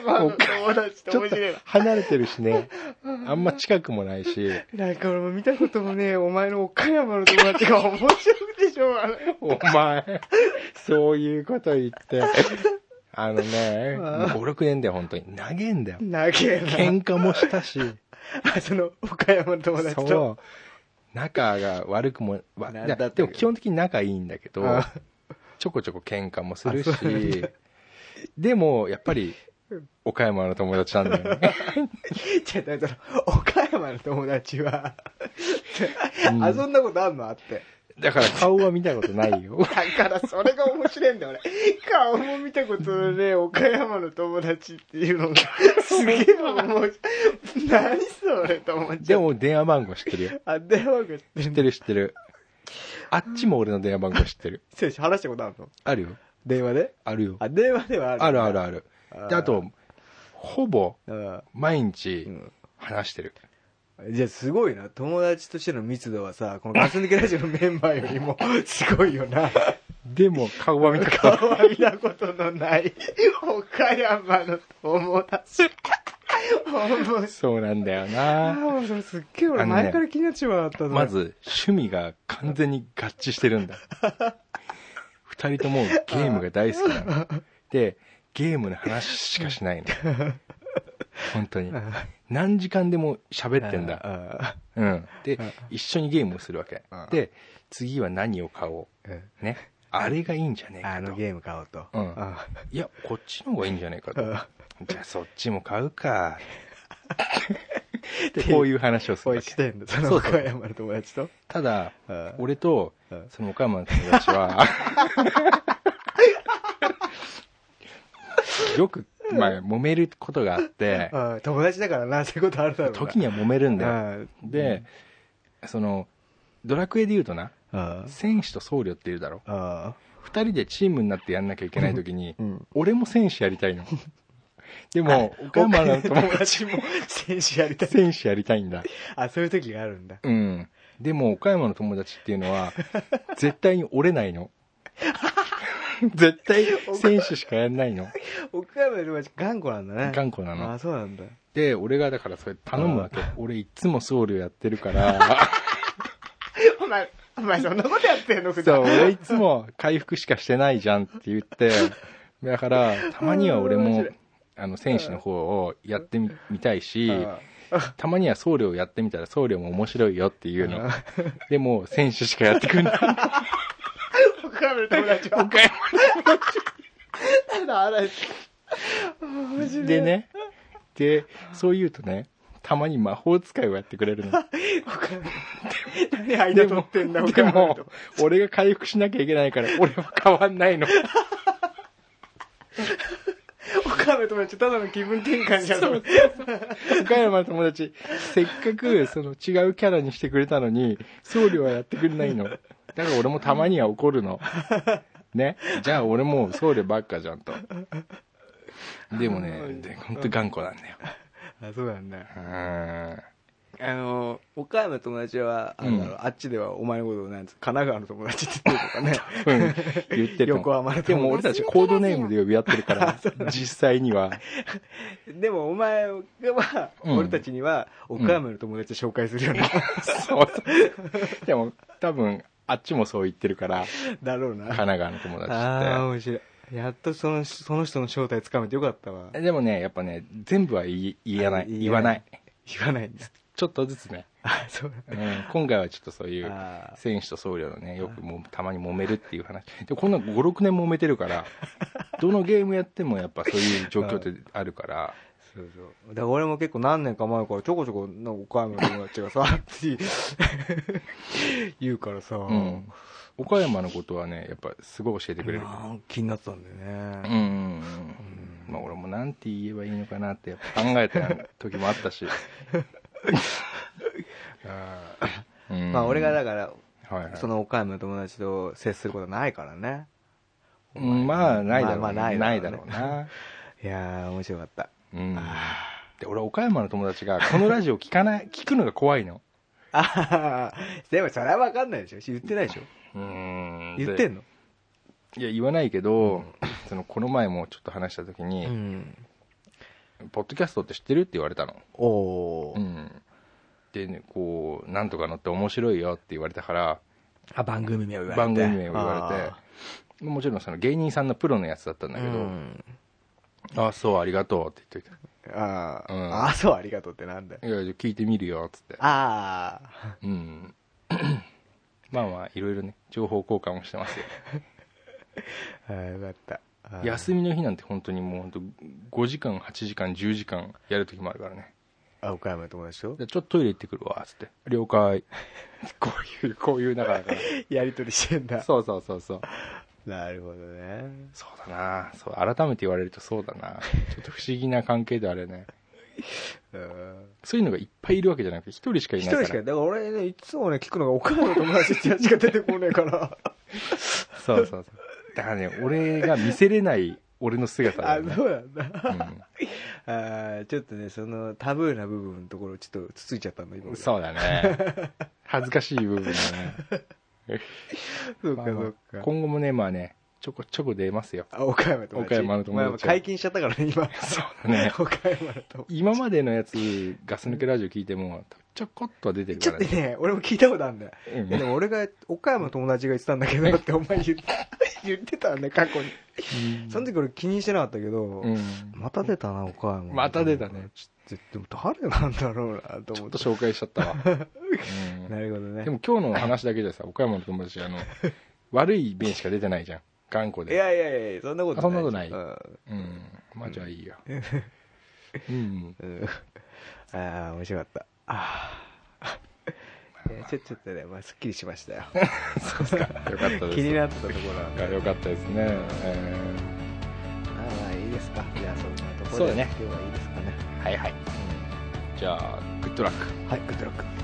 Speaker 4: 山の友達って
Speaker 3: ちょ
Speaker 4: 面
Speaker 3: っと
Speaker 4: 白いわ。
Speaker 3: 離れてるしね。あんま近くもないし、
Speaker 4: なんか俺も見たこともねえ、お前の岡山の友達が面白くてしょうがない。
Speaker 3: お前、そういうこと言って。 あのね、もう5、6年だよ、本当に。投げんだよ。
Speaker 4: 長えな。
Speaker 3: 喧嘩もしたし。
Speaker 4: あ、その、岡山の友達
Speaker 3: そ
Speaker 4: と。
Speaker 3: う仲が悪くもわ
Speaker 4: なんだっ
Speaker 3: い
Speaker 4: て
Speaker 3: やでも基本的に仲いいんだけど
Speaker 4: あ
Speaker 3: ちょこちょこ喧嘩もするし
Speaker 4: あそうなんだ
Speaker 3: でもやっぱり岡山の友達なんだよ ね
Speaker 4: じゃだから、岡山の友達は、
Speaker 3: うん
Speaker 4: あ、そんなことあんのあって。
Speaker 3: だから顔は見たことない よ
Speaker 4: だからそれが面白いんだよ俺顔も見たことのね岡山の友達っていうのがすげえ面白い何それと思っち
Speaker 3: で
Speaker 4: ゃう
Speaker 3: も電話番号知ってるよ
Speaker 4: あ電話が
Speaker 3: 知ってる知ってるあっちも俺の電話番号知ってる
Speaker 4: 選手話したことあるの
Speaker 3: あるよ
Speaker 4: 電話で
Speaker 3: あるよ
Speaker 4: あ電話ではある
Speaker 3: あるあるあるであとほぼ
Speaker 4: うん
Speaker 3: 毎日話してる
Speaker 4: じゃあすごいな友達としての密度はさこのガス抜けラジオのメンバーよ りもすごいよな
Speaker 3: でも顔は見た ことない
Speaker 4: 顔は見たことのない岡山の友達面白い
Speaker 3: そうなんだよ
Speaker 4: あ
Speaker 3: な
Speaker 4: あ、もうそれすっげえ俺
Speaker 3: あのね
Speaker 4: 前から気になっちまったぞ
Speaker 3: ま、ず趣味が完全に合致してる んだ二人ともゲームが大好きなのでゲームの話しかしないの本当に何時間でも喋ってんだ
Speaker 4: だ。
Speaker 3: うんで一緒にゲームをするわけ
Speaker 4: うん
Speaker 3: で次は何を買お
Speaker 4: うん
Speaker 3: うねあれがいいんじゃねえ
Speaker 4: あ
Speaker 3: か
Speaker 4: の
Speaker 3: と
Speaker 4: ゲーム買おうと。
Speaker 3: うん
Speaker 4: あ
Speaker 3: いやこっちの方がいいんじゃねえかと
Speaker 4: うん
Speaker 3: じゃあそっちも買う かでこういう話をす
Speaker 4: お
Speaker 3: る
Speaker 4: い
Speaker 3: わ
Speaker 4: し
Speaker 3: け
Speaker 4: てんだ。その
Speaker 3: そうそう
Speaker 4: 岡山の友達と。
Speaker 3: ただ
Speaker 4: うん
Speaker 3: 俺と
Speaker 4: うん
Speaker 3: その岡山の友達 はよく、まあ、揉めることがあって
Speaker 4: うん友達だからな、そういうことあるだろうな。
Speaker 3: 時には揉めるんだよ
Speaker 4: うん
Speaker 3: でそのドラクエで言うとな
Speaker 4: うん
Speaker 3: 戦士と僧侶っていうだろ
Speaker 4: うん
Speaker 3: 2人でチームになってやんなきゃいけない時に
Speaker 4: うん
Speaker 3: 俺も戦士やりたいのでも岡山の友達
Speaker 4: 達も選手やりたい。
Speaker 3: 戦士やりたいんだ
Speaker 4: あ、そういう時があるんだ。
Speaker 3: うんでも岡山の友達っていうの は絶対に折れないの絶対戦士しかやんないの
Speaker 4: 岡山の友達頑固なんだね。
Speaker 3: 頑固なの
Speaker 4: あ、そうなんだ。
Speaker 3: で俺がだからそれ頼むわけ俺いつも僧侶やってるから
Speaker 4: お前、お前そんなことやってんの普
Speaker 3: そう
Speaker 4: 段。
Speaker 3: 俺いつも回復しかしてないじゃんって言ってだからたまには俺もあの戦士の方をやってみ見たいし
Speaker 4: うん
Speaker 3: たまには僧侶をやってみたら僧侶も面白いよっていう
Speaker 4: う
Speaker 3: の
Speaker 4: ん
Speaker 3: でも戦士しかやってくんない
Speaker 4: 岡山の友達は。岡山の友達。面白い
Speaker 3: で ねでそう言うとねたまに魔法使いをやってくれる の
Speaker 4: 何間
Speaker 3: で
Speaker 4: 取
Speaker 3: も
Speaker 4: ってんだ、
Speaker 3: で
Speaker 4: 岡山の
Speaker 3: も俺が回 復しなきゃいけないから俺は変わんないの
Speaker 4: 岡岡山の友達ただの気分転換じゃん
Speaker 3: そう岡山の友達、せっかくその違うキャラにしてくれたのに、僧侶はやってくれないの。だから俺もたまには怒る の。ね。じゃあ俺もう僧侶ばっかじゃんと。でもね、でほんと頑固なん だよ。
Speaker 4: あそうなんだ
Speaker 3: うーん
Speaker 4: あの岡山の友達はあ,、
Speaker 3: うん
Speaker 4: あっちではお前のことをなんつう神奈川の友達って言ってるとかね
Speaker 3: うん言ってる
Speaker 4: 横浜の友 達
Speaker 3: でも俺たちコードネームで呼び合ってるから
Speaker 4: そうなん、だ
Speaker 3: 実際には。
Speaker 4: でもお前は、
Speaker 3: うん
Speaker 4: 俺たちには岡山の友達を紹介するような、
Speaker 3: そうそう でも多分、あっちもそう言ってるから、
Speaker 4: だろうな
Speaker 3: 神奈川の友達
Speaker 4: ああ
Speaker 3: っ
Speaker 4: 面白いやっとそのその人の正体つかめてよかったわ
Speaker 3: て。でもね、やっぱね、全部は言い言えな
Speaker 4: あ
Speaker 3: い。
Speaker 4: 言えない
Speaker 3: 言わない。
Speaker 4: 言わないんだ
Speaker 3: ちょっとずつね。
Speaker 4: あそう
Speaker 3: うん、今回はちょっとそういう
Speaker 4: あー
Speaker 3: 選手と僧侶のねよくもうたまに揉めるっていう話でこんな56年揉めてる からどのゲームやってもやっぱそういう状況ってあるから
Speaker 4: そうそうだから俺も結構何年か前からちょこちょこなんか岡山の友達がさって言うからさ、
Speaker 3: うん岡山のことはねやっぱすごい教えてくれる
Speaker 4: なんか気になってたんだよ
Speaker 3: うん
Speaker 4: ね、
Speaker 3: うんうんまあ俺もなんて言えばいいのかなってやっぱ考えた時もあった し、うん
Speaker 4: まあ俺がだから、
Speaker 3: はいはい
Speaker 4: その岡山の友達と接することはないからね
Speaker 3: うんまあないだろう
Speaker 4: まあまあ
Speaker 3: ね
Speaker 4: な
Speaker 3: ないい
Speaker 4: だ
Speaker 3: だろ
Speaker 4: ろう
Speaker 3: う
Speaker 4: ね
Speaker 3: ない
Speaker 4: やー面白かった
Speaker 3: うんで俺岡山の友達がこのラジオ聞かない聞くのが怖いの
Speaker 4: ああでもそれは分かんないでしょ言ってないでしょ
Speaker 3: 言
Speaker 4: 言ってん
Speaker 3: の
Speaker 4: の
Speaker 3: いや言わないけど、そのこの前もちょっと話した時に、
Speaker 4: ん
Speaker 3: ポッドキャストって知ってる?」って言われたの、
Speaker 4: おおー、
Speaker 3: うんでねこう「なんとかのって面白いよ」って言われたから
Speaker 4: あ番組名を言われて
Speaker 3: 番組名を言われてもちろんその芸人さんのプロのやつだったん
Speaker 4: あ
Speaker 3: だ
Speaker 4: ー
Speaker 3: けど「
Speaker 4: うん
Speaker 3: あそうありがとう」って言っとい
Speaker 4: あー、
Speaker 3: うん
Speaker 4: あーそうありがとうってなんだよ
Speaker 3: た「いや聞いてみるよ」っつって
Speaker 4: ああ
Speaker 3: うんまあまあいろいろね情報交換もしてますよ
Speaker 4: あーよかったあー
Speaker 3: 休みの日なんて本当にもう本当5時間8時間10時間やる時もあるからね
Speaker 4: あ岡山の友達と
Speaker 3: じゃあちょっとトイレ行ってくるわ、つって。了解。 こういう、こういう中だか
Speaker 4: やりとりしてん
Speaker 3: ら。
Speaker 4: だ
Speaker 3: そうそうそうそう。
Speaker 4: なるほどね
Speaker 3: そうだなそう、改めて言われるとそうだなちょっと不思議な関係であれね。
Speaker 4: うん
Speaker 3: そういうのがいっぱいいるわけじゃなくて、一人しかい
Speaker 4: 一
Speaker 3: ないか
Speaker 4: 人
Speaker 3: ら。
Speaker 4: しかだから俺ねいつもね聞くのが岡山の友達ってやつしか出てこねえから
Speaker 3: そうそうそう。だからね、俺が見せれない俺の姿だ
Speaker 4: あ
Speaker 3: よね。
Speaker 4: そうなんだ
Speaker 3: う
Speaker 4: あーちょっとねそのタブーな部分のところをちょっとつついちゃったんだ今
Speaker 3: ん、
Speaker 4: 俺
Speaker 3: そうだね。恥ずかしい部分だね。
Speaker 4: そう
Speaker 3: ま
Speaker 4: か
Speaker 3: あま
Speaker 4: そう
Speaker 3: あ
Speaker 4: か
Speaker 3: 今後もね、まあね、ちょこちょこ出ますよ。
Speaker 4: あ岡山の友
Speaker 3: 岡
Speaker 4: 達
Speaker 3: 山の友達
Speaker 4: まあまあ解禁しちゃったからね今そう
Speaker 3: だね
Speaker 4: 岡山の友達
Speaker 3: 今までのやつ、ガス抜けラジオ聞いても、ちょこっとは出てる
Speaker 4: ち
Speaker 3: か
Speaker 4: ょっ
Speaker 3: ら
Speaker 4: と
Speaker 3: ね。
Speaker 4: ね俺も聞いたことあるんだよ
Speaker 3: うん
Speaker 4: いやでも俺が岡山の友達が言ってたんだ けどってお前言って言ってたんだよ過去にその時俺気にしてなかったけど、
Speaker 3: うん。
Speaker 4: また出たな岡山
Speaker 3: また出たね
Speaker 4: ちょっとでも誰なんだろうなと
Speaker 3: ちょ
Speaker 4: 思
Speaker 3: っ
Speaker 4: っ
Speaker 3: と
Speaker 4: て
Speaker 3: 紹介しちゃ ったわ。
Speaker 4: なるほど
Speaker 3: う
Speaker 4: ね
Speaker 3: んでも今日の話だけじゃさ、岡山の友達、あ の、悪い面しか出てないじゃん。頑固
Speaker 4: い
Speaker 3: で。
Speaker 4: やいやいやそんなことない
Speaker 3: あそんなことない
Speaker 4: うん
Speaker 3: うん。まあじゃあいい や。うん。
Speaker 4: うん ああ面白かったあ ーいやちょちょっとね、まあ、すっきりしましたよ
Speaker 3: そうっすか。よかったです。
Speaker 4: 気になってたところは
Speaker 3: がよかったですね。え
Speaker 4: ああまあいいですかじゃあそんなとこ
Speaker 3: そう
Speaker 4: ろ
Speaker 3: だ
Speaker 4: で
Speaker 3: ね
Speaker 4: 今日はいいですかね
Speaker 3: ーはいはい。じゃあ、グッドラック。
Speaker 4: はいグッドラック